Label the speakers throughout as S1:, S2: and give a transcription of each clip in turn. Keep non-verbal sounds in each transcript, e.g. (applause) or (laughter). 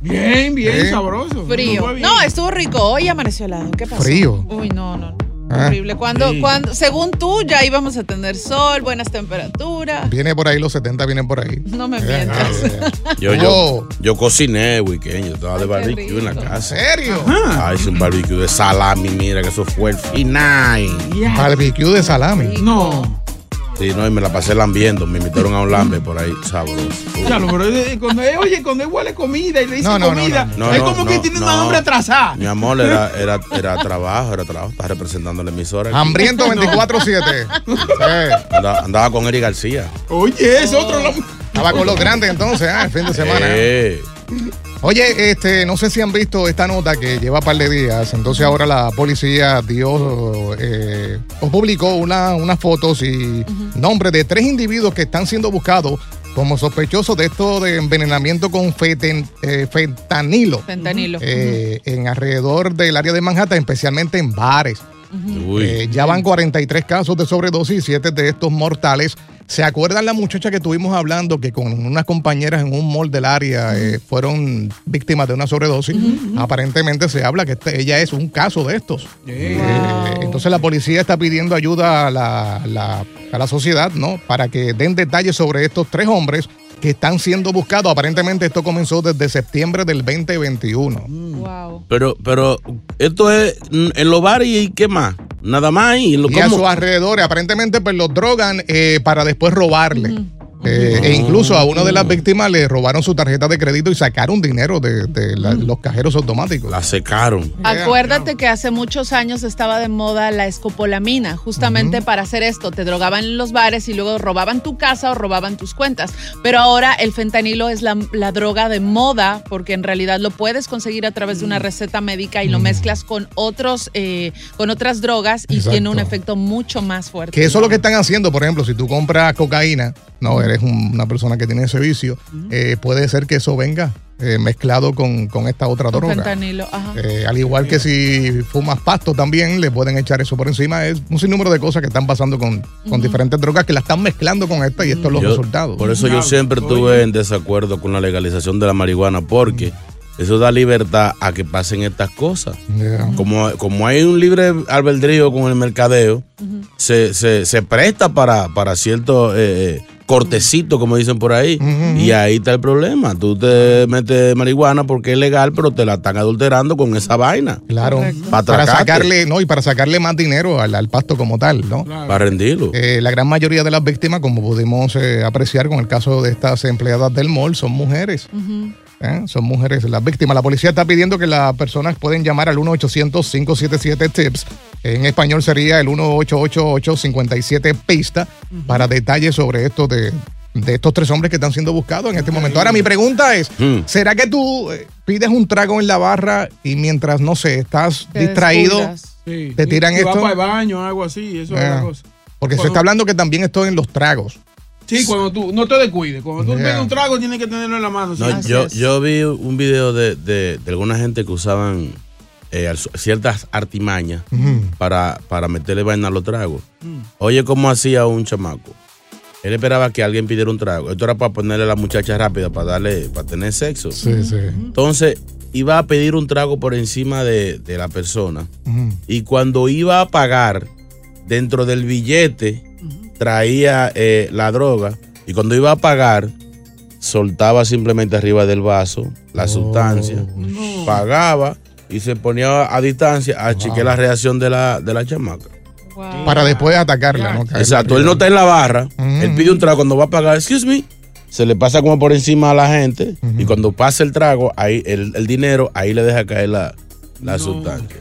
S1: Bien, bien, sabroso.
S2: Frío. No, estuvo rico. Hoy amaneció helado. ¿Qué pasó?
S3: Frío.
S2: Uy, no, no. no.
S3: Ah.
S2: Horrible. Cuando,
S1: Sí.
S2: cuando, según tú, ya íbamos a tener sol, buenas temperaturas.
S3: Viene por ahí, los 70 vienen por ahí.
S2: No me
S3: Eh,
S2: mientas.
S3: ah,
S4: Yo,
S3: Oh.
S4: yo, yo cociné el weekend, yo estaba de
S2: Ay, qué
S4: barbecue en la
S2: rico.
S3: ¿En
S4: casa.
S3: serio?
S4: Ah, hice un barbecue de salami, mira que eso fue el final.
S3: Barbecue de salami.
S1: No.
S4: Sí, no, y me la pasé lambiendo, me invitaron a un lambe por ahí, sabroso.
S1: Claro, pero eh, cuando, eh, oye, cuando él huele comida y le dicen
S3: No, no, no,
S1: comida,
S3: no,
S4: no.
S1: es
S4: No,
S1: como
S4: no,
S1: que tiene
S4: no.
S1: una hambre atrasada.
S4: Mi amor, era, era, era trabajo, era trabajo, estaba representando la emisora. aquí.
S3: Hambriento
S1: (laughs)
S3: 24-7. Sí.
S4: Anda- andaba con Eric García.
S1: Oye, es otro. lam-
S3: Estaba con los grandes entonces, ah, el fin de semana.
S4: Eh,
S3: Oye, este, no sé si han visto esta nota que lleva par de días. Entonces ahora la policía dio eh, o publicó una- unas fotos y nombres de tres individuos que están siendo buscados como sospechosos de esto de envenenamiento con feten- eh, fentanilo
S2: Fentanilo.
S3: eh, en alrededor del área de Manhattan, especialmente en bares.
S4: uy.
S3: Eh, ya van 43 casos de sobredosis y 7 de estos mortales. ¿Se acuerdan la muchacha que estuvimos hablando que con unas compañeras en un mall del área eh, fueron víctimas de una sobredosis? Aparentemente se habla que este- ella es un caso de estos. Eh, entonces la policía está pidiendo ayuda a la, la- a la sociedad, ¿no? Para que den detalles sobre estos tres hombres que están siendo buscados. Aparentemente esto comenzó desde septiembre del 2021.
S2: Wow.
S4: Pero, pero, esto es mm, en los bares y qué más. Nada más y lo
S3: Y a sus
S4: como.
S3: alrededores, aparentemente, pues los drogan eh, para después robarle. Eh, E incluso a una de las víctimas le robaron su tarjeta de crédito y sacaron dinero de, de la- los cajeros automáticos.
S4: La secaron.
S2: Acuérdate que hace muchos años estaba de moda la escopolamina, justamente para hacer esto. Te drogaban en los bares y luego robaban tu casa o robaban tus cuentas. Pero ahora el fentanilo es la, la droga de moda porque en realidad lo puedes conseguir a través de
S3: Mm.
S2: una receta médica y lo mezclas con, otros, eh, con otras drogas y
S3: Exacto.
S2: tiene un efecto mucho más fuerte.
S3: Que eso es lo que están haciendo, por ejemplo, si tú compras cocaína, no eres un- una persona que tiene ese vicio, eh, puede ser que eso venga eh, mezclado con, con esta otra
S2: Con
S3: droga.
S2: fentanilo. Ajá.
S3: Eh, al igual que si fumas pasto también, le pueden echar eso por encima. Es un sinnúmero de cosas que están pasando con, con diferentes drogas que la están mezclando con esta y estos son los
S4: Yo-
S3: resultados.
S4: Por eso yo siempre estuve en desacuerdo con la legalización de la marihuana, porque eso da libertad a que pasen estas cosas.
S3: Yeah.
S4: Como, como hay un libre albedrío con el mercadeo, se, se- se presta para, para ciertos eh, eh, cortecitos, como dicen por ahí, y ahí está el problema. Tú te metes marihuana porque es legal, pero te la están adulterando con esa vaina
S3: Claro.
S4: Pa'
S3: Para
S4: atracarte.
S3: sacarle, no, y para sacarle más dinero al, al pasto como tal, ¿no?
S4: para rendirlo.
S3: Eh, la gran mayoría de las víctimas, como pudimos eh, apreciar con el caso de estas empleadas del mall, son mujeres. ¿Eh? Son mujeres las víctimas. La policía está pidiendo que las personas pueden llamar al 1-800-577-TIPS. En español sería el 1-888-57-PISTA para detalles sobre esto de, de estos tres hombres que están siendo buscados en este momento. Ahora, mi pregunta es,
S4: Mm.
S3: ¿será que tú eh, pides un trago en la barra y mientras, no sé, estás
S2: Te
S3: distraído?
S2: descuidas.
S1: Sí.
S3: Te tiran
S1: Y va
S3: esto.
S1: para el baño, algo así, eso es
S3: Ah.
S1: la cosa.
S3: Porque se
S1: Cuando-
S3: está hablando que también esto en los tragos.
S1: Sí, cuando tú no te descuides, cuando tú
S3: Yeah.
S1: pegas un trago tienes que tenerlo en la mano.
S4: No,
S1: sí.
S4: yo, yo vi un video de, de- de alguna gente que usaban eh, al- ciertas artimañas para, para meterle vaina a los tragos. Oye, ¿cómo hacía un chamaco? Él esperaba que alguien pidiera un trago. Esto era para ponerle a la muchacha rápida, para darle, para tener sexo.
S3: Sí, sí.
S4: Entonces, iba a pedir un trago por encima de, de la persona.
S3: Ujú.
S4: Y cuando iba a pagar, dentro del billete traía eh, la droga. Y cuando iba a pagar, soltaba simplemente arriba del vaso la sustancia, pagaba y se ponía a distancia a chequear la reacción de la, de la chamaca.
S3: Para después atacarla, ¿no? Caerla
S4: Exacto,
S3: arriba.
S4: él no está en la barra,
S3: Ujú.
S4: él pide un trago cuando va a pagar, excuse me, se le pasa como por encima a la gente y cuando pasa el trago, ahí el, el dinero, ahí le deja caer la, la sustancia.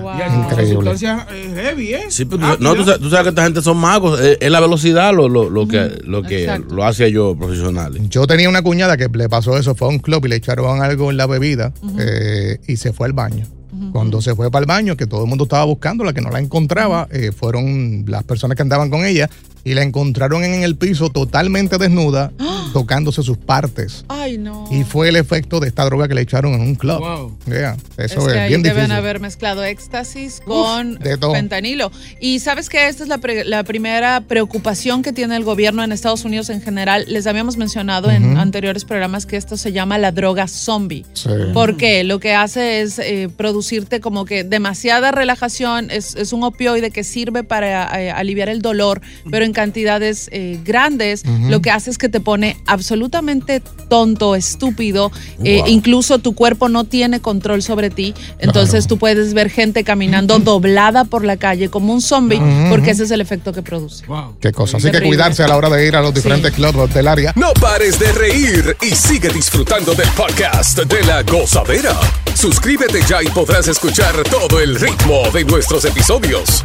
S2: Wow.
S3: Increíble.
S1: Sustancia eh, heavy, ¿eh?
S4: Sí, pero tú,
S1: Ah,
S4: sa- no, tú,
S1: cuidado.
S4: sa- tú sabes que esta gente son magos, eh, es, es la velocidad lo, lo, lo que, lo, que
S2: exacto.
S4: lo hace yo profesionales.
S3: Yo tenía una cuñada que le pasó eso, fue a un club y le echaron algo en la bebida eh, y se fue al baño. Cuando se fue para el baño, que todo el mundo estaba buscándola, que no la encontraba, eh, fueron las personas que andaban con ella y la encontraron en el piso totalmente desnuda, tocándose sus partes.
S2: Ay, no.
S3: Y fue el efecto de esta droga que le echaron en un club.
S1: Wow.
S3: Yeah,
S2: Es
S3: eso es,
S2: que ahí
S3: bien
S2: deben
S3: difícil.
S2: haber mezclado éxtasis con
S3: de todo.
S2: fentanilo. Y sabes que esta es la, pre- la primera preocupación que tiene el gobierno en Estados Unidos en general. Les habíamos mencionado en anteriores programas que esto se llama la droga zombie.
S3: Sí.
S2: Porque lo que hace es eh, producirte como que demasiada relajación, es, es un opioide que sirve para eh, aliviar el dolor, pero en cantidades eh, grandes, lo que hace es que te pone absolutamente tonto, estúpido, eh,
S4: Wow.
S2: incluso tu cuerpo no tiene control sobre ti, entonces tú puedes ver gente caminando doblada por la calle como un zombie, porque ese es el efecto que produce.
S1: Wow.
S3: Qué cosa. Así que
S2: Terrible.
S3: cuidarse a la hora de ir a los diferentes clubs del área.
S5: No pares de reír y sigue disfrutando del podcast de la gozadera. Suscríbete ya y podrás escuchar todo el ritmo de nuestros episodios.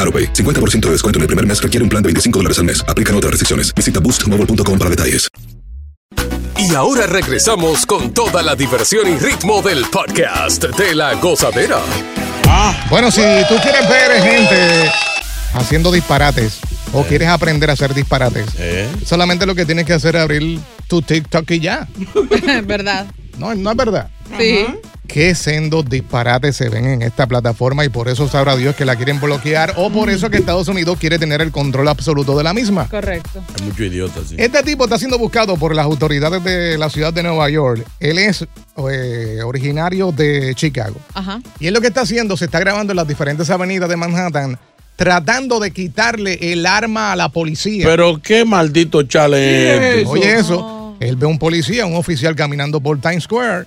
S5: AroPay. 50% de descuento en el primer mes requiere un plan de 25 dólares al mes. Aplican otras restricciones. Visita boostmobile.com para detalles.
S6: Y ahora regresamos con toda la diversión y ritmo del podcast de la gozadera.
S3: Bueno, si tú quieres ver gente haciendo disparates o quieres aprender a hacer disparates, solamente lo que tienes que hacer es abrir tu TikTok y ya.
S2: (laughs) ¿Verdad?
S3: No, no es verdad.
S2: Sí.
S3: Qué sendos disparates se ven en esta plataforma y por eso sabrá Dios que la quieren bloquear o por eso que Estados Unidos quiere tener el control absoluto de la misma.
S2: Correcto.
S4: Hay muchos idiotas, sí.
S3: Este tipo está siendo buscado por las autoridades de la ciudad de Nueva York. Él es eh, originario de Chicago.
S2: Ajá.
S3: Y él lo que está haciendo, se está grabando en las diferentes avenidas de Manhattan, tratando de quitarle el arma a la policía.
S4: Pero qué maldito challenge.
S3: Oye, eso. Él ve a un policía, un oficial caminando por Times Square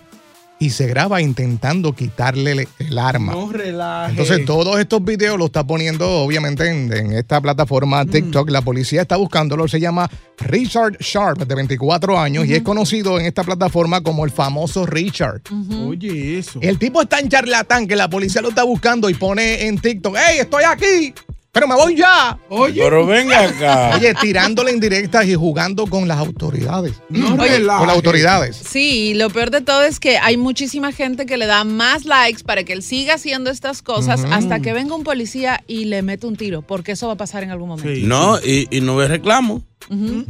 S3: y se graba intentando quitarle el, el arma.
S1: No relaje.
S3: Entonces, todos estos videos los está poniendo, obviamente, en, en esta plataforma TikTok. La policía está buscándolo. Se llama Richard Sharp, de 24 años, y es conocido en esta plataforma como el famoso Richard.
S1: Oye, eso.
S3: El tipo está en charlatán que la policía lo está buscando y pone en TikTok, ¡Ey, estoy aquí! ¡Pero me voy ya!
S1: Oye,
S4: Pero venga acá.
S3: Oye, tirándole indirectas y jugando con las autoridades.
S1: no
S2: Oye,
S1: relaje.
S3: Con las autoridades.
S2: Sí, y lo peor de todo es que hay muchísima gente que le da más likes para que él siga haciendo estas cosas hasta que venga un policía y le mete un tiro, porque eso va a pasar en algún momento.
S1: Sí.
S4: No, y, y no ves reclamo.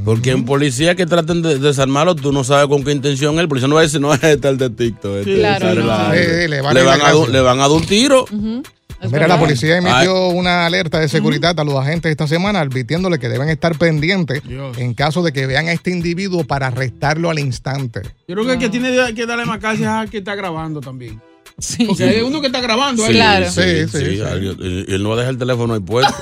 S4: Porque un policía que traten de desarmarlo, tú no sabes con qué intención. El policía no va a decir, no, (laughs) este es el de TikTok. este
S1: Sí,
S4: es
S2: claro,
S4: el
S2: no.
S4: relajo".
S3: Sí, Eh, le
S4: le,
S3: van
S4: van
S3: a ir a
S4: a dar,
S3: cárcel.
S4: le van a dar un tiro.
S2: Es
S3: Mira, la
S2: verdad.
S3: policía
S4: Ah.
S3: emitió una alerta de seguridad a los agentes esta semana, advirtiéndole que deben estar pendientes
S1: Dios.
S3: en caso de que vean a este individuo para arrestarlo al instante.
S1: Yo creo que el que tiene que darle más gracias es al que está grabando también.
S2: Sí.
S1: Porque hay uno que está grabando ¿eh? ahí.
S2: Claro.
S4: sí, sí, alguien- él- él no deja el teléfono ahí puesto.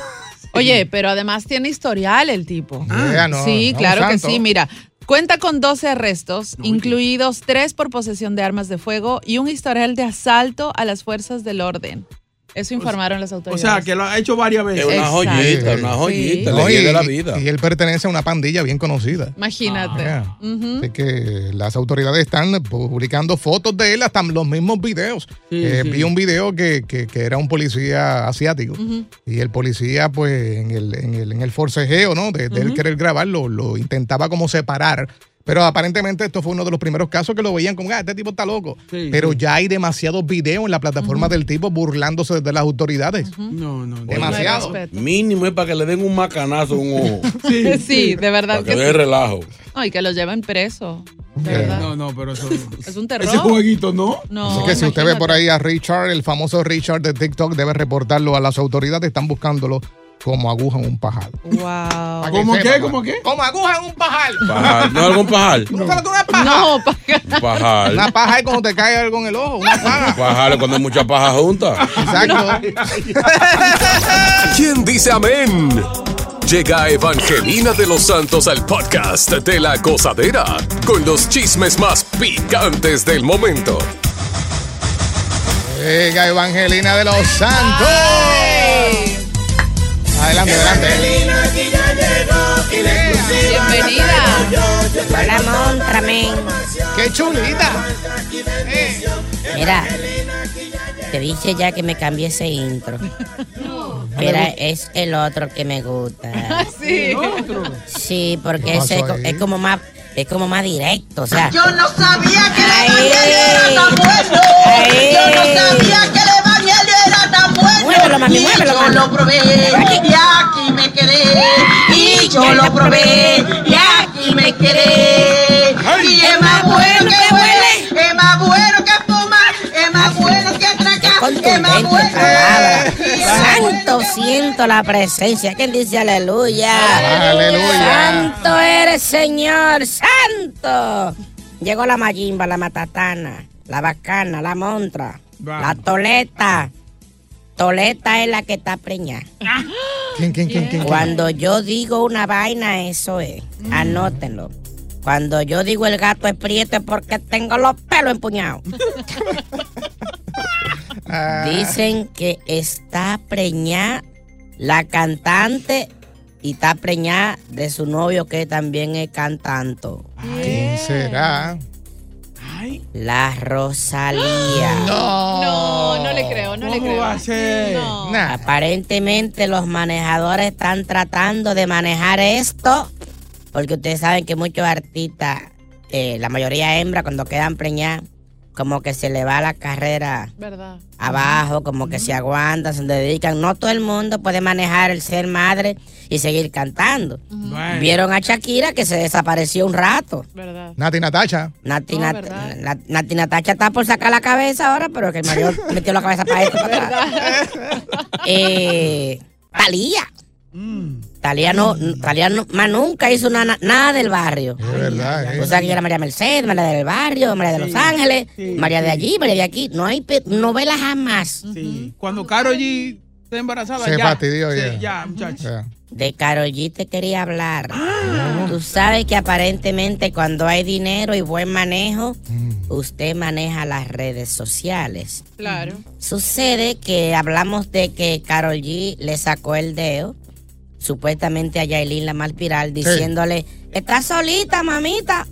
S2: Oye, pero además tiene historial el tipo.
S4: Ah, no,
S2: sí,
S4: no,
S2: claro que
S4: santo.
S2: sí, mira. Cuenta con 12 arrestos, incluidos tres por posesión de armas de fuego y un historial de asalto a las fuerzas del orden. Eso informaron las
S1: (laughs) O
S2: autoridades.
S1: sea, que lo ha hecho varias veces.
S4: Es una joyita, una joyita,
S3: No,
S4: ley
S3: y-
S4: de la vida.
S3: Y él pertenece a una pandilla bien conocida.
S2: Imagínate.
S3: Ah.
S2: Ujú.
S3: Así que las autoridades están publicando fotos de él, hasta los mismos videos. Eh, Vi un video que, que- que era un policía asiático.
S2: Ujú.
S3: Y el policía, pues, en el, en el, en el forcejeo, ¿no? De, de él querer grabarlo, lo intentaba como separar. Pero aparentemente esto fue uno de los primeros casos que lo veían como, ah, este tipo está loco.
S1: Sí,
S3: Pero
S1: sí.
S3: ya hay demasiados videos en la plataforma del tipo burlándose de las autoridades.
S1: No, no, no.
S3: Demasiado.
S2: No hay respeto.
S4: Mínimo es para que le den un macanazo en un ojo.
S1: Sí.
S2: (laughs) Sí, de verdad
S4: para
S2: que
S4: que den
S2: sí.
S4: relajo.
S2: No, y que los lleven preso. De
S3: Eh,
S2: verdad.
S1: No, no, pero eso.
S2: Es un terror.
S1: Ese jueguito, ¿no?
S2: No,
S3: Así que si usted ve
S2: imagínate.
S3: por ahí a Richard, el famoso Richard de TikTok, debe reportarlo a las autoridades. Están buscándolo como aguja en un pajal.
S2: Wow.
S1: ¿Cómo
S3: que
S1: qué?
S3: sepa.
S1: ¿Cómo qué?
S3: Como aguja en un pajal.
S4: Pajal. ¿No es algún pajal?
S3: Búscalo con una
S2: (laughs)
S3: paja. (laughs)
S2: No, paga.
S4: Pajal.
S3: Una paja es cuando te cae algo en el ojo. Una paja.
S4: Pajal es cuando hay mucha paja junta.
S3: Exacto.
S1: (laughs)
S6: ¿Quién dice amén? Llega Evangelina de los Santos al podcast de la gozadera con los chismes más picantes del momento.
S3: Llega Evangelina de los Santos. Adelante, adelante.
S2: Bienvenida.
S7: Hola, Montramen.
S3: ¡Qué chulita!
S7: Mira, te dije ya que me cambié ese intro. Mira, es el otro que me gusta.
S2: Sí.
S7: Sí, porque
S3: ¿Qué
S7: ese es,
S3: pasó
S7: co-
S3: ahí?
S7: es como más es como más directo, o sea.
S8: Yo no sabía que el
S7: Ahí.
S8: evangelio era tan bueno.
S7: Ahí.
S8: Yo no sabía que el evangelio era tan bueno.
S7: Muévelo, mami,
S8: y
S7: muévelo,
S8: yo
S7: mami.
S8: lo probé
S7: Aquí.
S8: y aquí me quedé. Y yo lo probé y aquí me quedé. Y es más bueno que huele, es más bueno que fuma, es más bueno que
S7: Qué
S8: atraca, es más
S7: contundente
S8: bueno.
S7: palabra.
S8: Y es más
S7: Santo
S8: bueno que-
S7: siento la presencia. ¿Quién dice aleluya?
S3: Aleluya.
S7: Santo eres, Señor, santo. Llegó la mayimba, la matatana, la bacana, la montra, la toleta. Toleta es la que está preñada.
S3: ¿Quién, quién, quién, Mm. quién? quién?
S7: Cuando yo digo una vaina, eso es. Anótenlo. Cuando yo digo el gato es prieto es porque tengo los pelos
S3: (laughs)
S7: empuñados.
S3: Ah,
S7: Dicen que está preñada la cantante y está preñada de su novio que también es cantante.
S3: ¿Quién será?
S7: La Rosalía.
S3: (gasps)
S2: No, no le creo, no le
S1: ¿Cómo
S2: creo.
S1: va a ser?
S2: No.
S3: Nah.
S7: Aparentemente los manejadores están tratando de manejar esto, porque ustedes saben que muchos artistas, eh, la mayoría hembra, cuando quedan preñadas, como que se le va la carrera
S2: ¿Verdad?
S7: abajo, como que se aguantan, se dedican. No todo el mundo puede manejar el ser madre y seguir cantando.
S1: Bueno.
S7: Vieron a Shakira que se desapareció un rato.
S2: ¿Verdad?
S3: Nati Natacha.
S7: Nati,
S1: Oh,
S2: No,
S7: Nat-
S2: ¿verdad?
S7: Nat- Nati Natacha está por sacar la cabeza ahora, pero que el
S1: (laughs)
S7: mayor metió la cabeza para esto. Para atrás. Eh, Talía.
S1: Mm.
S7: Talía no, Talía no, más nunca hizo na- na- nada del barrio.
S3: Es verdad.
S7: O
S3: eh.
S7: sea que yo era María Mercedes, María del Barrio, María de Los Ángeles,
S1: sí,
S7: María de
S1: sí.
S7: allí, María de aquí. No hay pe- novela jamás.
S1: Sí. Cuando Karol G está embarazada,
S3: Se
S1: ya.
S3: fastidió,
S1: Sí,
S3: ya.
S1: Ya, muchachos.
S3: Ya.
S7: De Karol G te quería hablar. Tú sabes que aparentemente cuando hay dinero y buen manejo, usted maneja las redes sociales.
S2: Claro.
S7: Sucede que hablamos de que Carol G le sacó el dedo, supuestamente a Yailin la Malpiral, diciéndole, estás solita, mamita.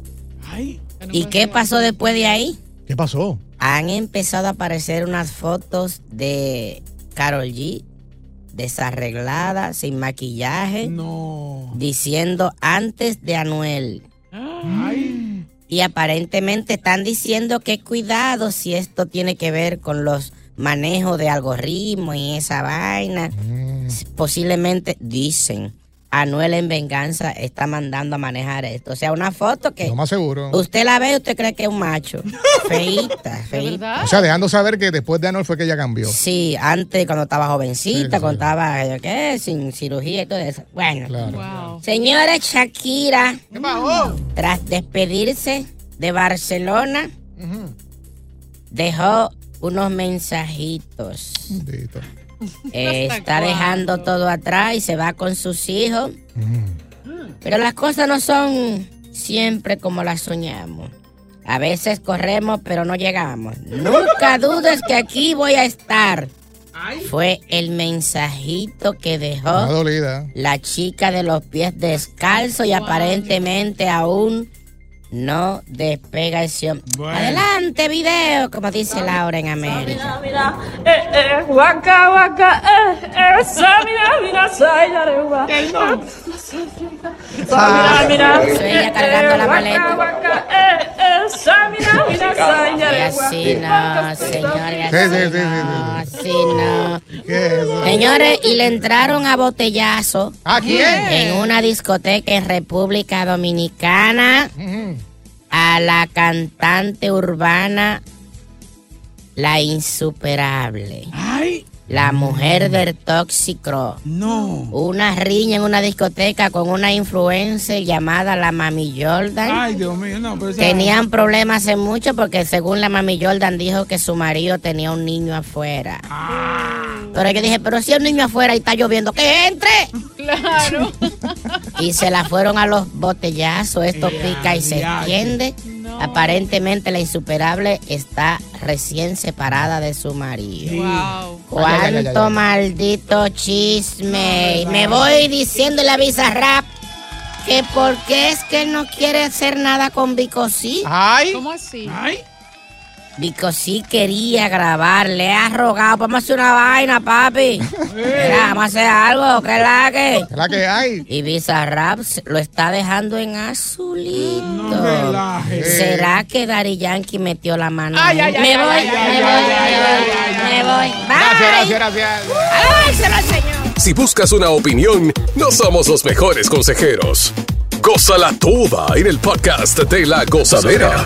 S1: Ay.
S7: ¿Y qué pasó después de ahí?
S3: ¿Qué pasó?
S7: Han empezado a aparecer unas fotos de Carol G desarreglada, sin maquillaje,
S1: No.
S7: diciendo antes de Anuel.
S1: Ay.
S7: Y aparentemente están diciendo que cuidado si esto tiene que ver con los manejos de algoritmos y esa vaina. Posiblemente dicen, Anuel en venganza está mandando a manejar esto. O sea, una foto que
S3: Lo más seguro.
S7: usted la ve y usted cree que es un macho. Feíta, feíta.
S2: ¿Verdad?
S3: O sea, dejando saber que después de Anuel fue que ella cambió.
S7: Sí, antes cuando estaba
S3: Sí,
S7: jovencita,
S3: sí.
S7: cuando estaba, ¿qué? Sin cirugía y todo eso. Bueno.
S3: Claro.
S2: Wow.
S7: Señora Shakira, tras despedirse de Barcelona, dejó unos mensajitos. Eh, está dejando todo atrás y se va con sus hijos. Pero las cosas no son siempre como las soñamos. A veces corremos, pero no llegamos. Nunca dudes que aquí voy a estar. Fue el mensajito que dejó
S3: Está dolida.
S7: la chica de los pies descalzo y aparentemente aún no despega ese hombre. Adelante, video, como dice Laura en América.
S8: Mira, eh, eh, guaca, guaca, eh, eh, sa, mira, mira, sa, ya, re, gua.
S3: Ah.
S8: Sa, mira, mira,
S7: Se
S8: eh,
S7: veía cargando la maleta.
S8: guaca, eh, eh, sa, mira, mira, sa, ya,
S7: Y
S8: re, gua.
S7: así no, señores.
S3: Sí, sí,
S7: así no, así no. Señores, y le entraron a botellazo.
S3: ¿A quién?
S7: En una discoteca en República Dominicana. A la cantante urbana, la insuperable. La
S3: Mm.
S7: mujer del tóxico. No. Una riña en una discoteca con una influencer llamada la Mami Jordan.
S1: Ay, Dios mío, no, pero esa-
S7: Tenían problemas hace mucho porque según la mami Jordan dijo que su marido tenía un niño afuera.
S1: Ah.
S7: Pero yo dije, pero si hay un niño afuera y está lloviendo, que entre.
S2: Claro.
S7: Y se la fueron a los botellazos, esto
S2: Ya,
S7: pica y se
S2: ya.
S7: extiende. Aparentemente la insuperable está recién separada de su marido.
S2: Wow.
S7: Cuánto maldito chisme. Y me voy diciendo la visa rap que porque es que no quiere hacer nada con Bicosí.
S8: Ah.
S1: Ay.
S2: ¿Cómo así?
S3: Ah,
S1: Ay.
S7: Bicosí quería grabar, le ha rogado, vamos a hacer una
S8: (laughs)
S7: vaina, papi. Mira, vamos a hacer algo, que la que.
S3: la que hay.
S7: Y Bizarrap se- lo está dejando en azulito. ¿Será que Dari Yankee metió la mano? ahí?
S8: ay, ay,
S7: me
S8: ay,
S7: voy,
S8: ay, ay,
S7: me voy, me voy.
S3: Gracias, gracias,
S7: gracias. señor.
S6: Si buscas una opinión, no somos los mejores consejeros. Goza la tuba en el podcast de la gozadera.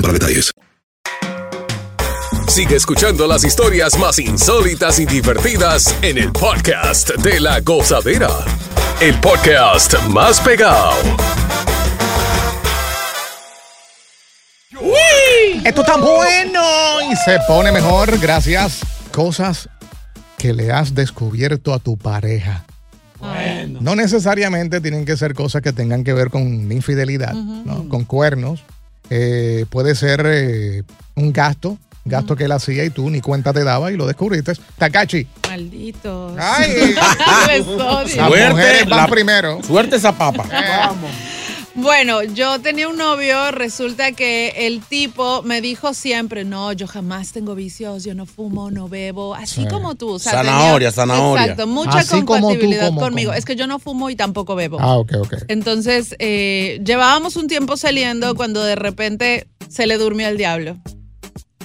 S5: para detalles.
S6: Sigue escuchando las historias más insólitas y divertidas en el podcast de la gozadera. El podcast más pegado.
S3: Esto está bueno y se pone mejor. Gracias. Cosas que le has descubierto a tu pareja. No necesariamente tienen que ser cosas que tengan que ver con infidelidad, ¿no? con cuernos. Eh, puede ser eh, un gasto, gasto que él hacía y tú ni cuenta te daba y lo descubriste. Takachi,
S2: Malditos. (laughs)
S3: Ay.
S2: Besotes.
S3: Las mujeres van primero.
S4: Suerte esa papa.
S2: Bueno, yo tenía un novio, resulta que el tipo me dijo siempre, no, yo jamás tengo vicios, yo no fumo, no bebo, así
S4: Sí.
S2: como tú.
S4: Zanahoria, zanahoria.
S2: Exacto, mucha
S4: Así como tú,
S2: compatibilidad
S4: como-
S2: conmigo.
S4: como-
S2: Es que yo no fumo y tampoco bebo.
S3: Ah, ok, ok.
S2: Entonces, eh, llevábamos un tiempo saliendo cuando de repente se le durmió al diablo.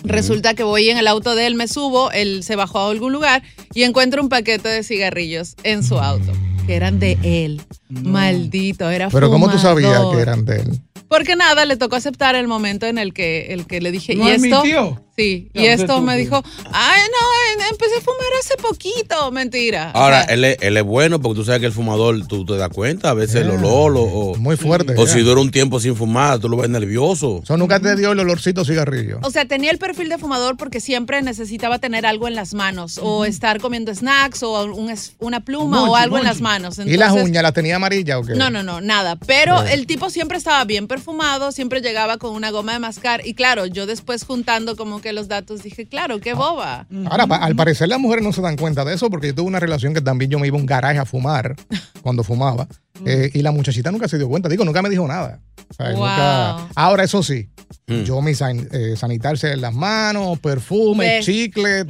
S2: Resulta que voy en el auto de él, me subo, él se bajó a algún lugar y encuentro un paquete de cigarrillos en su auto, que eran de él. Maldito, era
S3: Pero ¿cómo tú sabías
S2: fumador.
S3: que eran de él?
S2: Porque nada, le tocó aceptar el momento en el que, el que le dije,
S3: ¿No
S2: ¿y esto?
S3: admitió?
S2: Sí,
S3: Ya,
S2: y
S3: usted
S2: esto
S3: tú,
S2: me
S3: pues.
S2: dijo, ay, no, em- empecé a fumar hace poquito, mentira.
S4: Ahora, él es, él es bueno porque tú sabes que el fumador, tú te das cuenta, a veces el olor o- o...
S3: Eh, Muy fuerte.
S4: O
S3: ya.
S4: si dura un tiempo sin fumar, tú lo ves nervioso.
S3: Eso nunca te dio el olorcito a cigarrillo.
S2: O sea, tenía el perfil de fumador porque siempre necesitaba tener algo en las manos o estar comiendo snacks o un es- una pluma o
S3: Monchi,
S2: algo en
S3: Monchi.
S2: las manos.
S3: ¿Y las
S2: Entonces-
S3: uñas las tenía amarillas o qué?
S2: No, no, no, nada. Pero
S3: Bueno.
S2: el tipo siempre estaba bien fumado, siempre llegaba con una goma de mascar. Y claro, yo después juntando como que los datos dije, claro, qué boba.
S3: Ahora, pa- al parecer las mujeres no se dan cuenta de eso porque yo tuve una relación que también yo me iba a un garaje a fumar cuando fumaba eh, y la muchachita nunca se dio cuenta. Digo, nunca me dijo nada. O sea, nunca- Ahora, eso sí,
S4: Mm.
S3: yo mi san- eh, sanitarse en las manos, perfume,
S2: ¿Ves?
S3: chicle.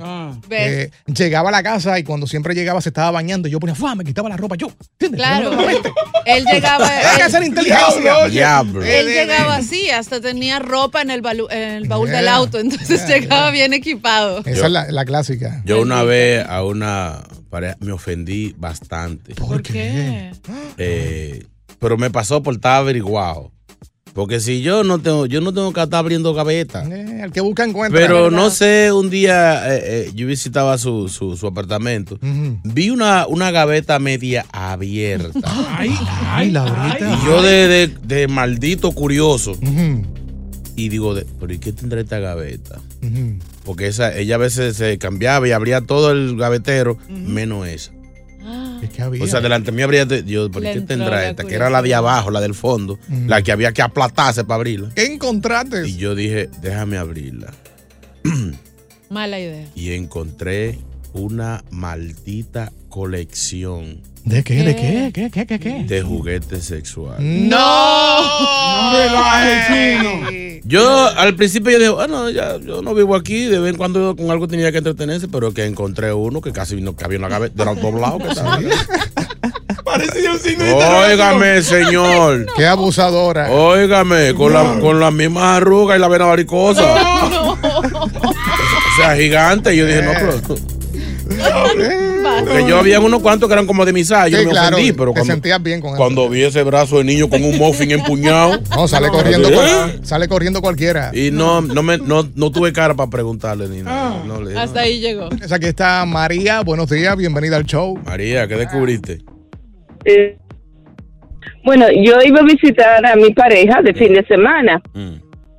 S3: eh, llegaba a la casa y cuando siempre llegaba se estaba bañando y yo ponía, ¡fua! Me quitaba la ropa yo. ¿Entiendes?
S2: Claro.
S3: Yo no me daba cuenta.
S2: Él llegaba.
S3: Hay que
S2: él-
S3: hacer inteligencia.
S4: Diablo.
S2: Él llegaba así, hasta tenía ropa en el, balu- en el baúl del auto, entonces llegaba bien equipado.
S3: Esa es la, la clásica.
S4: Yo una vez a una pareja me ofendí bastante.
S3: ¿Por qué?
S4: Eh, pero me pasó por estar averiguado. Porque si yo no tengo, yo no tengo que estar abriendo gavetas.
S3: Eh, el que busca encuentra.
S4: Pero no sé, un día eh, eh, yo visitaba su, su, su apartamento. Vi una, una gaveta media abierta.
S3: (laughs) Ay, ay, la brita.
S4: Y yo de, de- de maldito curioso. Y digo, de, ¿pero y qué tendrá esta gaveta? Porque esa, ella a veces se cambiaba y abría todo el gavetero, menos esa.
S3: Es que había.
S4: O sea, delante mío abría, de- yo, ¿pero
S3: Le
S4: y qué
S3: entró
S4: tendrá
S3: la
S4: esta? Que era la de abajo, la del fondo,
S3: Ujú.
S4: la que había que aplatarse para abrirla.
S3: ¿Qué encontraste?
S4: Y yo dije, déjame abrirla.
S2: Mala idea.
S4: Y encontré una maldita colección
S3: ¿De qué? ¿De qué? ¿Qué? ¿Qué? ¿Qué? qué?
S4: de juguetes sexuales.
S3: ¡No!
S4: Yo al principio yo dije, bueno, ya, yo no vivo aquí, de vez en cuando yo con algo tenía que entretenerse, pero que encontré uno que casi no cabía en la cabeza, de los doblados que estaba.
S1: Parecía un signo de
S4: Óigame, señor.
S3: Qué abusadora.
S4: Óigame, con, la, con las mismas arrugas y la vena varicosa. O sea, gigante. Y yo dije, no, pero. Porque yo había unos cuantos que eran como de misa, yo
S3: Sí,
S4: no me
S3: claro,
S4: ofendí, pero
S3: te
S4: cuando,
S3: sentías bien con
S4: cuando vi ese brazo de niño con un muffin empuñado.
S3: No, sale corriendo,
S4: ¿Eh?
S3: cual- sale corriendo cualquiera.
S4: Y no, no, me, no, no tuve cara para preguntarle ni nada. No le-
S2: Hasta ahí llegó.
S3: Pues Aquí está María, buenos días, bienvenida al show.
S4: María, ¿qué descubriste?
S9: Eh, bueno, yo iba a visitar a mi pareja de fin de semana.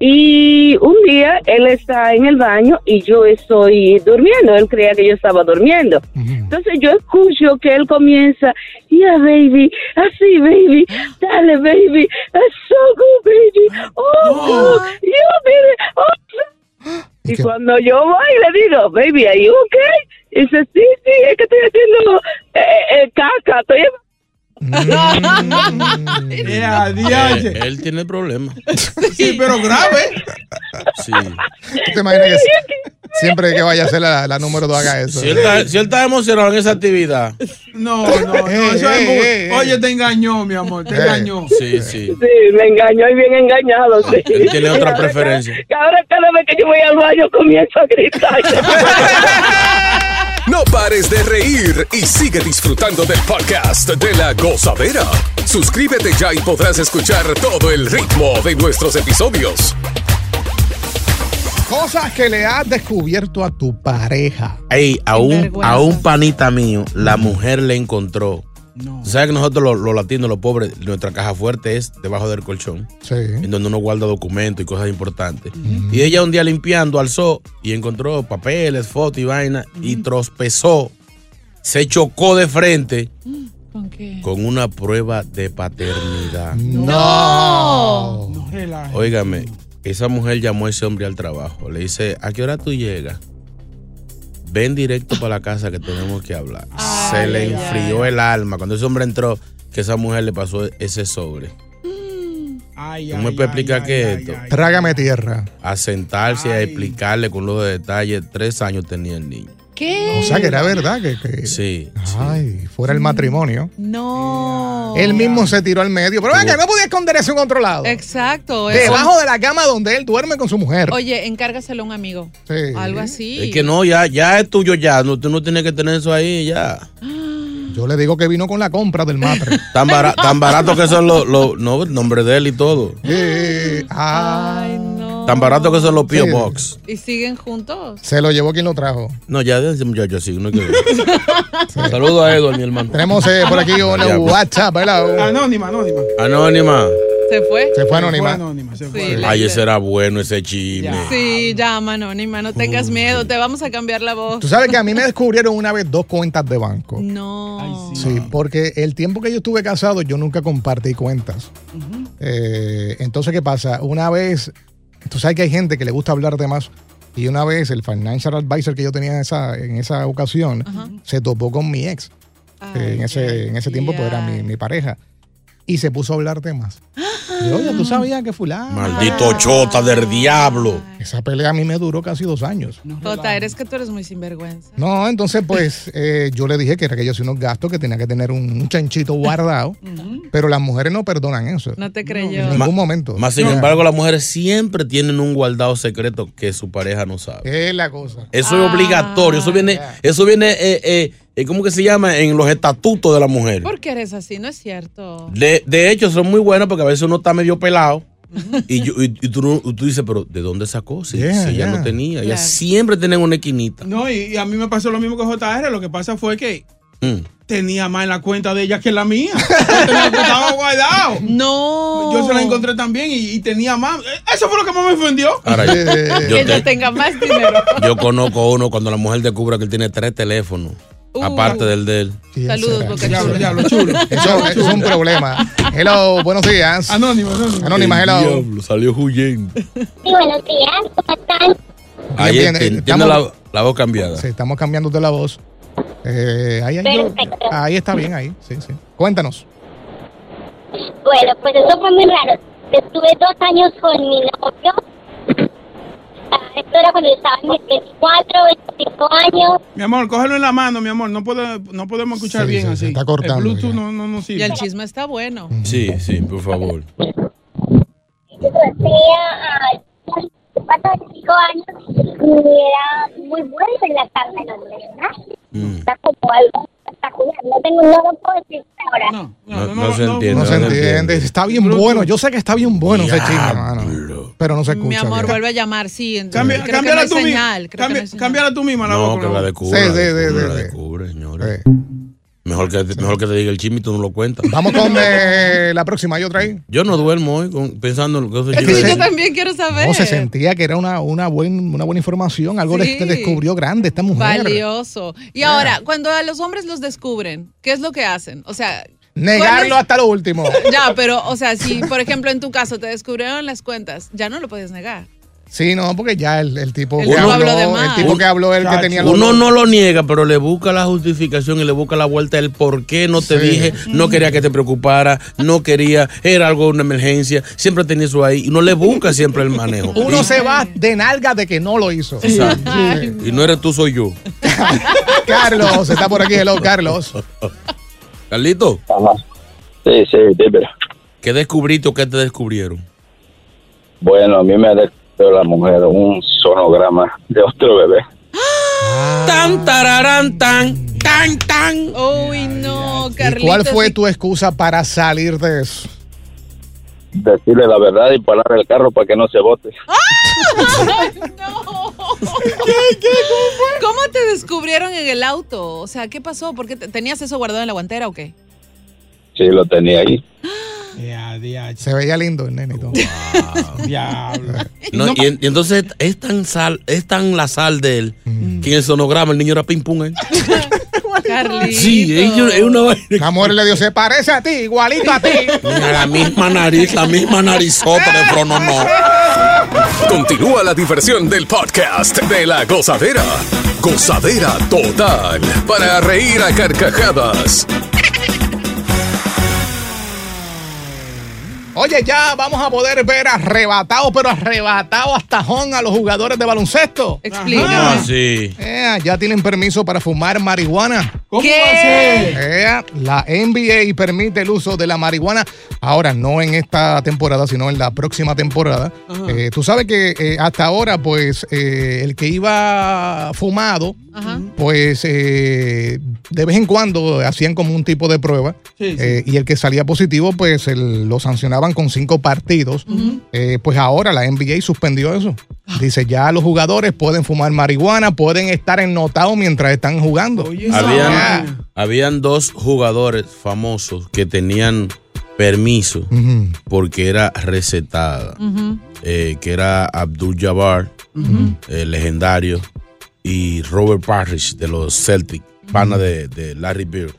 S9: Y un día él está en el baño y yo estoy durmiendo. Él creía que yo estaba durmiendo. Entonces yo escucho que él comienza, yeah, baby, así, baby, dale, baby, that's so good, baby, oh, good, you did it, oh, so-". Y cuando yo voy le digo, baby, are you okay? Y dice, sí, sí, es que estoy haciendo eh, eh, caca, estoy
S4: Eh, él tiene
S1: (laughs)
S4: problemas. Sí,
S1: pero grave.
S4: Sí.
S3: ¿Tú te imaginas (laughs) que si- siempre que vaya a ser la, la número 2 haga eso? Eh,
S4: Si él, está, si él está emocionado en esa actividad.
S1: No, no, no, eso
S3: eh,
S1: es muy- Oye, te engañó, mi amor, te engañó.
S4: Sí, sí.
S9: Sí, me engañó y bien engañado, sí.
S4: Él tiene otra preferencia.
S9: Que ahora cada vez que yo voy al baño comienzo a gritar.
S6: No pares de reír y sigue disfrutando del podcast de la gozadera. Suscríbete ya y podrás escuchar todo el ritmo de nuestros episodios.
S3: Cosas que le has descubierto a tu pareja.
S4: Ey, a, un,
S3: vergüenza.
S4: a un panita mío, la mujer le encontró. Tú ¿Sabes que nosotros los, los latinos, los pobres, nuestra caja fuerte es debajo del colchón?
S3: Sí.
S4: En donde uno guarda documentos y cosas importantes. Y ella un día limpiando alzó y encontró papeles, fotos y vaina y trospezó. Se chocó de frente
S2: ¿Con qué?
S4: con una prueba de paternidad.
S2: No.
S1: No relajes.
S4: Óigame, esa mujer llamó a ese hombre al trabajo. Le dice, ¿a qué hora tú llegas? Ven directo para la casa que tenemos que hablar. Se le enfrió el alma. Cuando ese hombre entró, que esa mujer le pasó ese sobre.
S1: Mm. Ay,
S4: ¿Tú me puedes explicar qué es esto?
S3: Trágame tierra.
S4: A sentarse a explicarle con los detalles. Tres años tenía el niño.
S2: ¿Qué?
S3: O sea, que era verdad que... que-
S4: Sí.
S3: Ay, fuera el matrimonio.
S2: No.
S3: Él mismo se tiró al medio. Pero venga, no podía esconder eso en otro lado.
S2: Exacto. eso-
S3: Debajo de la cama donde él duerme con su mujer.
S2: Oye, encárgaselo a un amigo. Algo así.
S4: Es que no, ya, ya es tuyo ya. No, tú no tienes que tener eso ahí ya.
S3: Yo le digo que vino con la compra del matre.
S4: Tan, bara- tan barato que son los,
S3: (laughs)
S4: los no, nombres de él y todo.
S3: Ay,
S4: Tan barato que son los P.O. Box.
S2: ¿Y siguen juntos?
S3: Se lo llevó quien lo trajo.
S4: No, ya de ese muchacho así. No hay que
S3: (laughs)
S4: ver. Saludos a Edward, mi hermano.
S3: Tenemos eh, por aquí una
S4: Ya, pues.
S3: WhatsApp, ¿verdad?
S1: Anónima, anónima.
S4: Anónima.
S2: ¿Se fue?
S3: Se fue
S1: Fue
S3: anónima.
S1: anónima, se fue.
S2: Sí, la-
S4: Ay, ese era bueno ese chisme.
S2: Sí, llama, anónima. No tengas miedo. Te vamos a cambiar la voz.
S3: Tú sabes que a mí me descubrieron una vez dos cuentas de banco.
S2: No.
S3: Sí, porque el tiempo que yo estuve casado yo nunca compartí cuentas. Eh, entonces, ¿qué pasa? Una vez, tú sabes que hay gente que le gusta hablar de más. Y una vez el financial advisor que yo tenía en esa, en esa ocasión
S10: Ajá.
S3: se topó con mi ex. Eh, en, ese, en ese tiempo, pues era mi, mi pareja. Y se puso a hablar temas. Y, Oye, tú sabías que fulano.
S4: Maldito chota del diablo.
S3: Esa pelea a mí me duró casi dos años.
S2: Tota, eres que tú eres muy sinvergüenza.
S3: No, entonces
S1: (laughs)
S3: pues eh, yo le dije que era que yo hacía unos gastos, que tenía que tener un, un chanchito guardado, pero las mujeres no perdonan eso.
S2: No te
S3: En
S2: creyó.
S3: ningún
S4: Ma-
S3: momento.
S4: Más sin
S3: No.
S4: embargo, las mujeres siempre tienen un guardado secreto que su pareja no sabe.
S3: Es la cosa.
S4: Eso es obligatorio. Eso viene, eso viene, eh, eh, eh, ¿cómo que se llama? En los estatutos de la mujer.
S2: ¿Por qué eres así? No es cierto.
S4: De, de hecho, son muy buenos porque a veces uno está medio pelado. Y, yo- y- y tú, no- tú dices, pero ¿de dónde sacó? Si,
S1: Yeah,
S4: si ella
S1: yeah.
S4: no tenía. Ella
S1: Claro.
S4: siempre tienen una esquinita.
S1: No, y, y a mí me pasó lo mismo que JR. Lo que pasa fue que
S4: Mm.
S1: tenía más en la cuenta de ella que en la mía. Tenía que estaba guardado.
S2: No.
S1: Yo se la encontré también y, y tenía más. Eh, Eso fue lo que más me ofendió.
S4: Ahora, yo- (laughs)
S3: (laughs)
S4: yo
S2: que
S4: te-
S2: no tenga más dinero.
S1: (laughs)
S4: Yo conozco a uno cuando la mujer descubre que él tiene tres teléfonos.
S2: Uh.
S4: aparte del de él.
S2: Saludos, Boca Chula.
S3: Eso es un problema. Hello, buenos días. Anónima, anónima.
S4: El
S3: hello.
S4: diablo, salió huyendo.
S11: buenos días, ¿cómo están?
S4: Ahí
S3: bien,
S4: enti-
S3: eh,
S4: entiendo
S3: estamos-
S4: la, la voz cambiada.
S3: Sí, estamos cambiándote la voz. Eh, ahí, ahí, yo- ahí está bien, ahí. Sí, sí. Cuéntanos.
S11: Bueno, pues eso fue muy raro. Estuve dos años con mi novio. Ah, Esto era cuando yo estaba en mis 24, 25 años.
S1: Mi amor, cógelo en la mano, mi amor. No, puede- no podemos escuchar bien así. Está
S3: cortando
S1: El Bluetooth no, no, no
S2: Y
S1: sirve.
S2: el chisme está bueno.
S4: Sí, sí, por favor.
S11: Yo tenía ah, 24, 25 años y era muy bueno en la cama, ¿no? ¿verdad?
S4: Mm,
S11: Está como algo espectacular. No tengo, no lo puedo decir ahora.
S3: No,
S4: se entiende.
S3: No se entiende. Está bien bueno. Yo sé que está bien bueno ese chisme, hermano. Pero no se escucha.
S2: Mi amor,
S3: bien.
S2: vuelve a llamar, sí. entonces,
S1: Cambia-
S2: creo que
S1: cámbiala
S2: no hay
S1: tú misma.
S2: señal, creo que no hay señal.
S1: Cámbiala tú misma la
S4: No,
S1: voz.
S4: que
S1: con
S4: la
S1: voz.
S4: descubre.
S3: Sí,
S4: la
S3: sí,
S4: descubre,
S3: sí,
S4: la
S3: sí.
S4: descubre, señores. Mejor, que, mejor que te diga el chisme y tú no lo cuentas.
S3: Vamos con eh, la próxima. Hay otra ahí.
S4: Yo no duermo hoy con- pensando en lo que
S2: Es
S4: es
S2: que
S4: el
S2: yo
S4: chisme.
S2: también quiero saber.
S3: No, se sentía que era una, una, buen- una buena información. Algo
S2: Sí.
S3: que descubrió grande esta mujer.
S2: Valioso. Y ahora, cuando a los hombres los descubren, ¿qué es lo que hacen? O sea, ¿cuál es-
S3: Negarlo hasta lo último.
S2: Ya, pero, o sea, si, por ejemplo, en tu caso te descubrieron las cuentas, ya no lo podías negar.
S3: Sí, no, porque ya el, el tipo
S2: El
S3: que
S2: tipo
S3: habló,
S2: habló de más.
S3: el tipo que habló, el que
S4: Chacho.
S3: tenía los-
S4: Uno no lo niega, pero le busca la justificación y le busca la vuelta del por qué no te
S3: Sí.
S4: dije, no quería que te preocupara, no quería, era algo, una emergencia, siempre tenía eso ahí. Y no le busca siempre el manejo.
S3: (laughs) Uno se va de nalga de que no lo hizo.
S4: Exacto. Y no eres tú, soy yo.
S3: Carlos, está por aquí. Hello, Carlos.
S4: Carlito.
S12: Sí, sí, dímelo.
S4: ¿Qué descubriste o qué te descubrieron?
S12: Bueno, a mí me detectó la mujer un sonograma de otro bebé.
S4: Tan, tararán, tan, tan, tan.
S2: Uy, no, Carlitos.
S3: ¿Y cuál fue tu excusa para salir de eso?
S12: Decirle la verdad y parar el carro para que no se bote.
S3: (laughs)
S2: ¿Cómo te descubrieron en el auto? O sea, ¿qué pasó? ¿Por qué te- tenías eso guardado en la guantera o qué?
S12: Sí, lo tenía ahí.
S3: Se veía lindo el nene y todo.
S4: No, y, en- y entonces es tan sal, es tan la sal de él que en el sonograma el niño era pim pum. ¿eh?
S2: Carlitos.
S4: Sí, ellos- es una vaina.
S3: La mujer le dio, se parece a ti, igualito a ti.
S4: Mira, la misma nariz, la misma narizota de pronomó.
S6: Continúa la diversión del podcast de la gozadera. Gozadera total. Para reír a carcajadas.
S3: Oye, ya vamos a poder ver arrebatado, pero arrebatado hasta jón a los jugadores de baloncesto.
S2: Explica.
S4: Ah, sí.
S3: Eh, ya tienen permiso para fumar marihuana.
S1: ¿Cómo ¿Qué? va a ser?
S3: Eh, la NBA permite el uso de la marihuana. Ahora, no en esta temporada, sino en la próxima temporada.
S1: Ajá.
S3: Eh, tú sabes que eh, hasta ahora, pues, eh, el que iba fumado,
S2: Ajá.
S3: pues, eh, de vez en cuando hacían como un tipo de prueba.
S1: Sí, sí.
S3: Eh, y el que salía positivo, pues, el- lo sancionaban con cinco partidos. Eh, pues ahora la NBA suspendió eso.
S1: Ah.
S3: Dice, ya los jugadores pueden fumar marihuana, pueden estar ennotados mientras están jugando. Ah.
S1: Ah.
S4: Habían, habían dos jugadores famosos que tenían permiso porque era recetada, eh, que era Abdul Jabbar, eh, legendario, y Robert Parrish de los Celtic, pana de, de Larry Bird.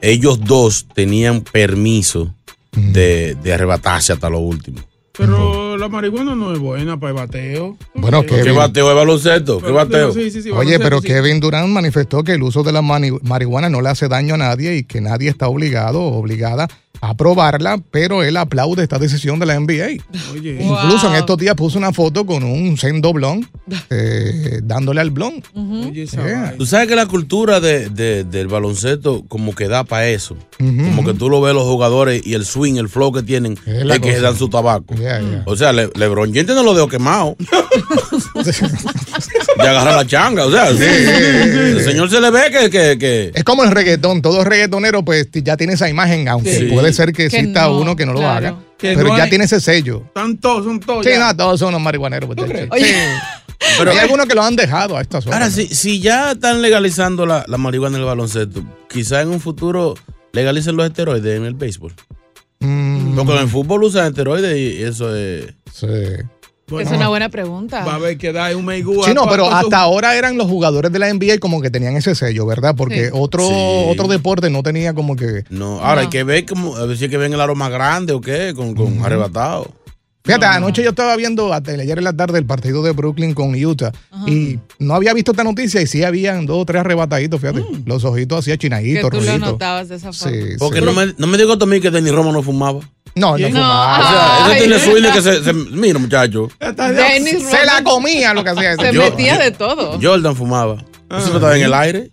S4: Ellos dos tenían permiso de, de arrebatarse hasta lo último.
S1: Pero la marihuana no es buena para el bateo.
S3: Bueno,
S4: ¿Qué,
S3: Kevin.
S4: bateo es baloncesto? ¿Qué
S1: Pero-
S4: bateo?
S1: pero sí, sí, sí,
S3: Oye, pero
S1: sí.
S3: Kevin Durán manifestó que el uso de la mani- marihuana no le hace daño a nadie y que nadie está obligado o obligada a probarla, pero él aplaude esta decisión de la NBA.
S1: Oye.
S3: Incluso en estos días puso una foto con un sendo blon eh, dándole al blon.
S1: Oye, esa
S3: Yeah.
S1: vaina.
S4: Tú sabes que la cultura de- de- del baloncesto como que da para eso.
S3: Ujú. (laughs)
S4: Como que tú lo ves los jugadores y el swing, el flow que tienen,
S3: Es
S4: es,
S3: la
S4: que
S3: cosa.
S4: dan su tabaco.
S3: Yeah, yeah.
S4: O sea, Le- LeBron James no lo dejo quemado. y agarra la changa. O sea, el señor se le ve que... que, que-
S3: Es como el reggaetón, todo reggaetonero pues ti- ya tiene esa imagen, aunque
S4: Sí.
S3: puede ser que
S1: Que
S3: exista
S1: no,
S3: uno que no lo
S1: claro.
S3: haga,
S1: Que
S3: pero
S1: no
S3: ya
S1: hay-
S3: tiene ese sello.
S1: Están todos, son
S4: Oh,
S1: todos.
S3: Sí,
S1: ya.
S3: no, todos son unos marihuaneros. muchachos. Sí.
S4: Pero-
S3: hay algunos que lo han dejado a estas horas.
S4: Ahora, si, si ya están legalizando la, la marihuana en el baloncesto, quizás en un futuro legalicen los esteroides en el béisbol.
S3: Mm,
S4: Porque en el fútbol usan esteroides y eso es...
S2: es una buena pregunta.
S1: Va a haber que dar un meigua.
S3: Sí, no,
S1: pa-
S3: pero
S1: pa-
S3: hasta ahora eran los jugadores de la NBA como que tenían ese sello, ¿verdad? Porque
S4: Sí.
S3: otro,
S4: Sí.
S3: otro deporte no tenía como que.
S4: No, ahora hay que ver como, a ver si es que ven el aro más grande o qué, con, con arrebatado.
S3: Fíjate, anoche yo estaba viendo hasta ayer en la tarde el partido de Brooklyn con Utah y no había visto esta noticia y sí habían dos o tres arrebataditos, fíjate. Los ojitos hacía
S2: que
S3: chinaditos,
S2: tú lo
S3: ruiditos.
S2: notabas de esa forma.
S3: Sí,
S4: Porque
S3: sí.
S4: no, me, no me digo también que Denis Roma no fumaba.
S3: No,
S4: no
S3: fumaba.
S4: O sea,
S2: Ay.
S4: ese tiene su isla que se, se- (laughs) Mira, muchacho.
S2: Dennis
S3: Se la
S2: Rodman
S3: comía lo que hacía.
S2: Se
S4: Yo-
S2: metía
S4: yo-
S2: de todo.
S4: Jordan fumaba. Él Siempre estaba en el (laughs) aire.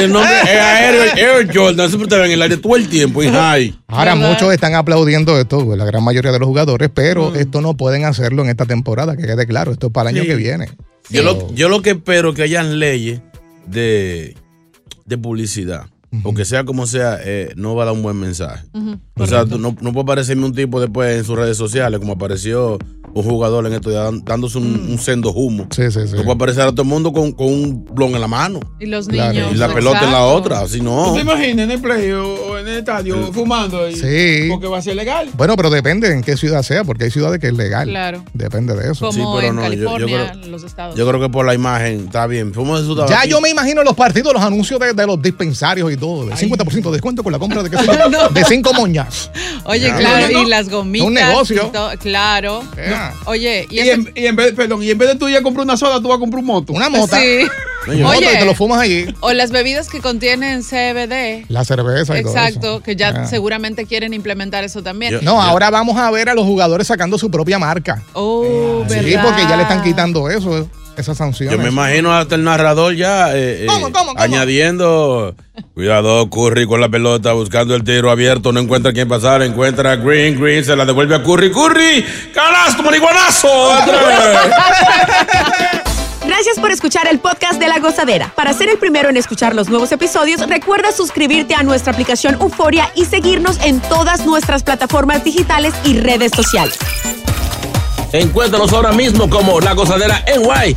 S4: el nombre es aéreo, Air Jordan. Siempre estaba en el aire todo el tiempo, en high.
S3: Ahora muchos están aplaudiendo esto, pues, la gran mayoría de los jugadores, pero esto no pueden hacerlo en esta temporada, que quede claro, esto es para el año
S4: Sí.
S3: que viene.
S4: Yo, lo, yo lo que espero es que hayan leyes de, de publicidad. Porque sea como sea, eh, no va a dar un buen mensaje. O sea, tú no, no puede aparecerme un tipo después en sus redes sociales, como apareció un jugador en esto, ya dan- dándose un, un sendo humo.
S3: Sí, sí, sí.
S4: No puede aparecer a todo el mundo con, con un blon en la mano
S2: Y los
S4: Claro.
S2: niños.
S4: y la pelota en la otra. Así
S1: ¿Tú
S4: no. Eh,
S1: te imaginas en el play o, o en el estadio fumando? ahí?
S3: Sí.
S1: Porque va a ser legal.
S3: Bueno, pero depende en qué ciudad sea, porque hay ciudades que es legal.
S1: Claro.
S3: Depende de eso.
S2: Como en
S4: no, yo- yo
S2: California,
S4: creo-
S2: los estados.
S4: Yo creo que por la imagen está bien. Fumo de su
S3: Ya
S4: tabaquito.
S3: yo me imagino los partidos, los anuncios de, de los dispensarios y todo. De 50% de descuento con la compra de, qué sé
S2: (laughs)
S3: yo,
S2: No.
S3: de cinco moñas.
S2: Oye,
S3: Ya.
S2: claro,
S3: No, no,
S2: y
S3: no.
S2: las gomitas.
S3: Un negocio.
S2: y todo, claro.
S3: Yeah.
S2: No, Oye, y,
S1: Y
S2: ese-
S1: en, y en vez, perdón, y en vez de tú ir a comprar una soda, tú vas a comprar un moto.
S3: Una mota.
S2: Sí.
S3: Oye.
S2: Oye.
S3: te lo fumas allí.
S2: o las bebidas que contienen CBD.
S3: La cerveza y todo eso.
S2: Exacto, que ya
S3: Ah.
S2: seguramente quieren implementar eso también.
S3: No, ahora vamos a ver a los jugadores sacando su propia marca.
S2: Oh,
S3: sí,
S2: ¿verdad?
S3: porque ya le están quitando eso, esas sanciones.
S4: Yo me imagino hasta el narrador ya eh, eh, añadiendo. Cuidado, Curry con la pelota, buscando el tiro abierto, no encuentra quién pasar, encuentra a Green, Green se la devuelve a Curry, Curry, calasto, marihuanazo.
S13: Gracias por escuchar el podcast de La Gozadera. Para ser el primero en escuchar los nuevos episodios, recuerda suscribirte a nuestra aplicación Euforia y seguirnos en todas nuestras plataformas digitales y redes sociales.
S14: Encuéntranos ahora mismo como La Gozadera en Guay.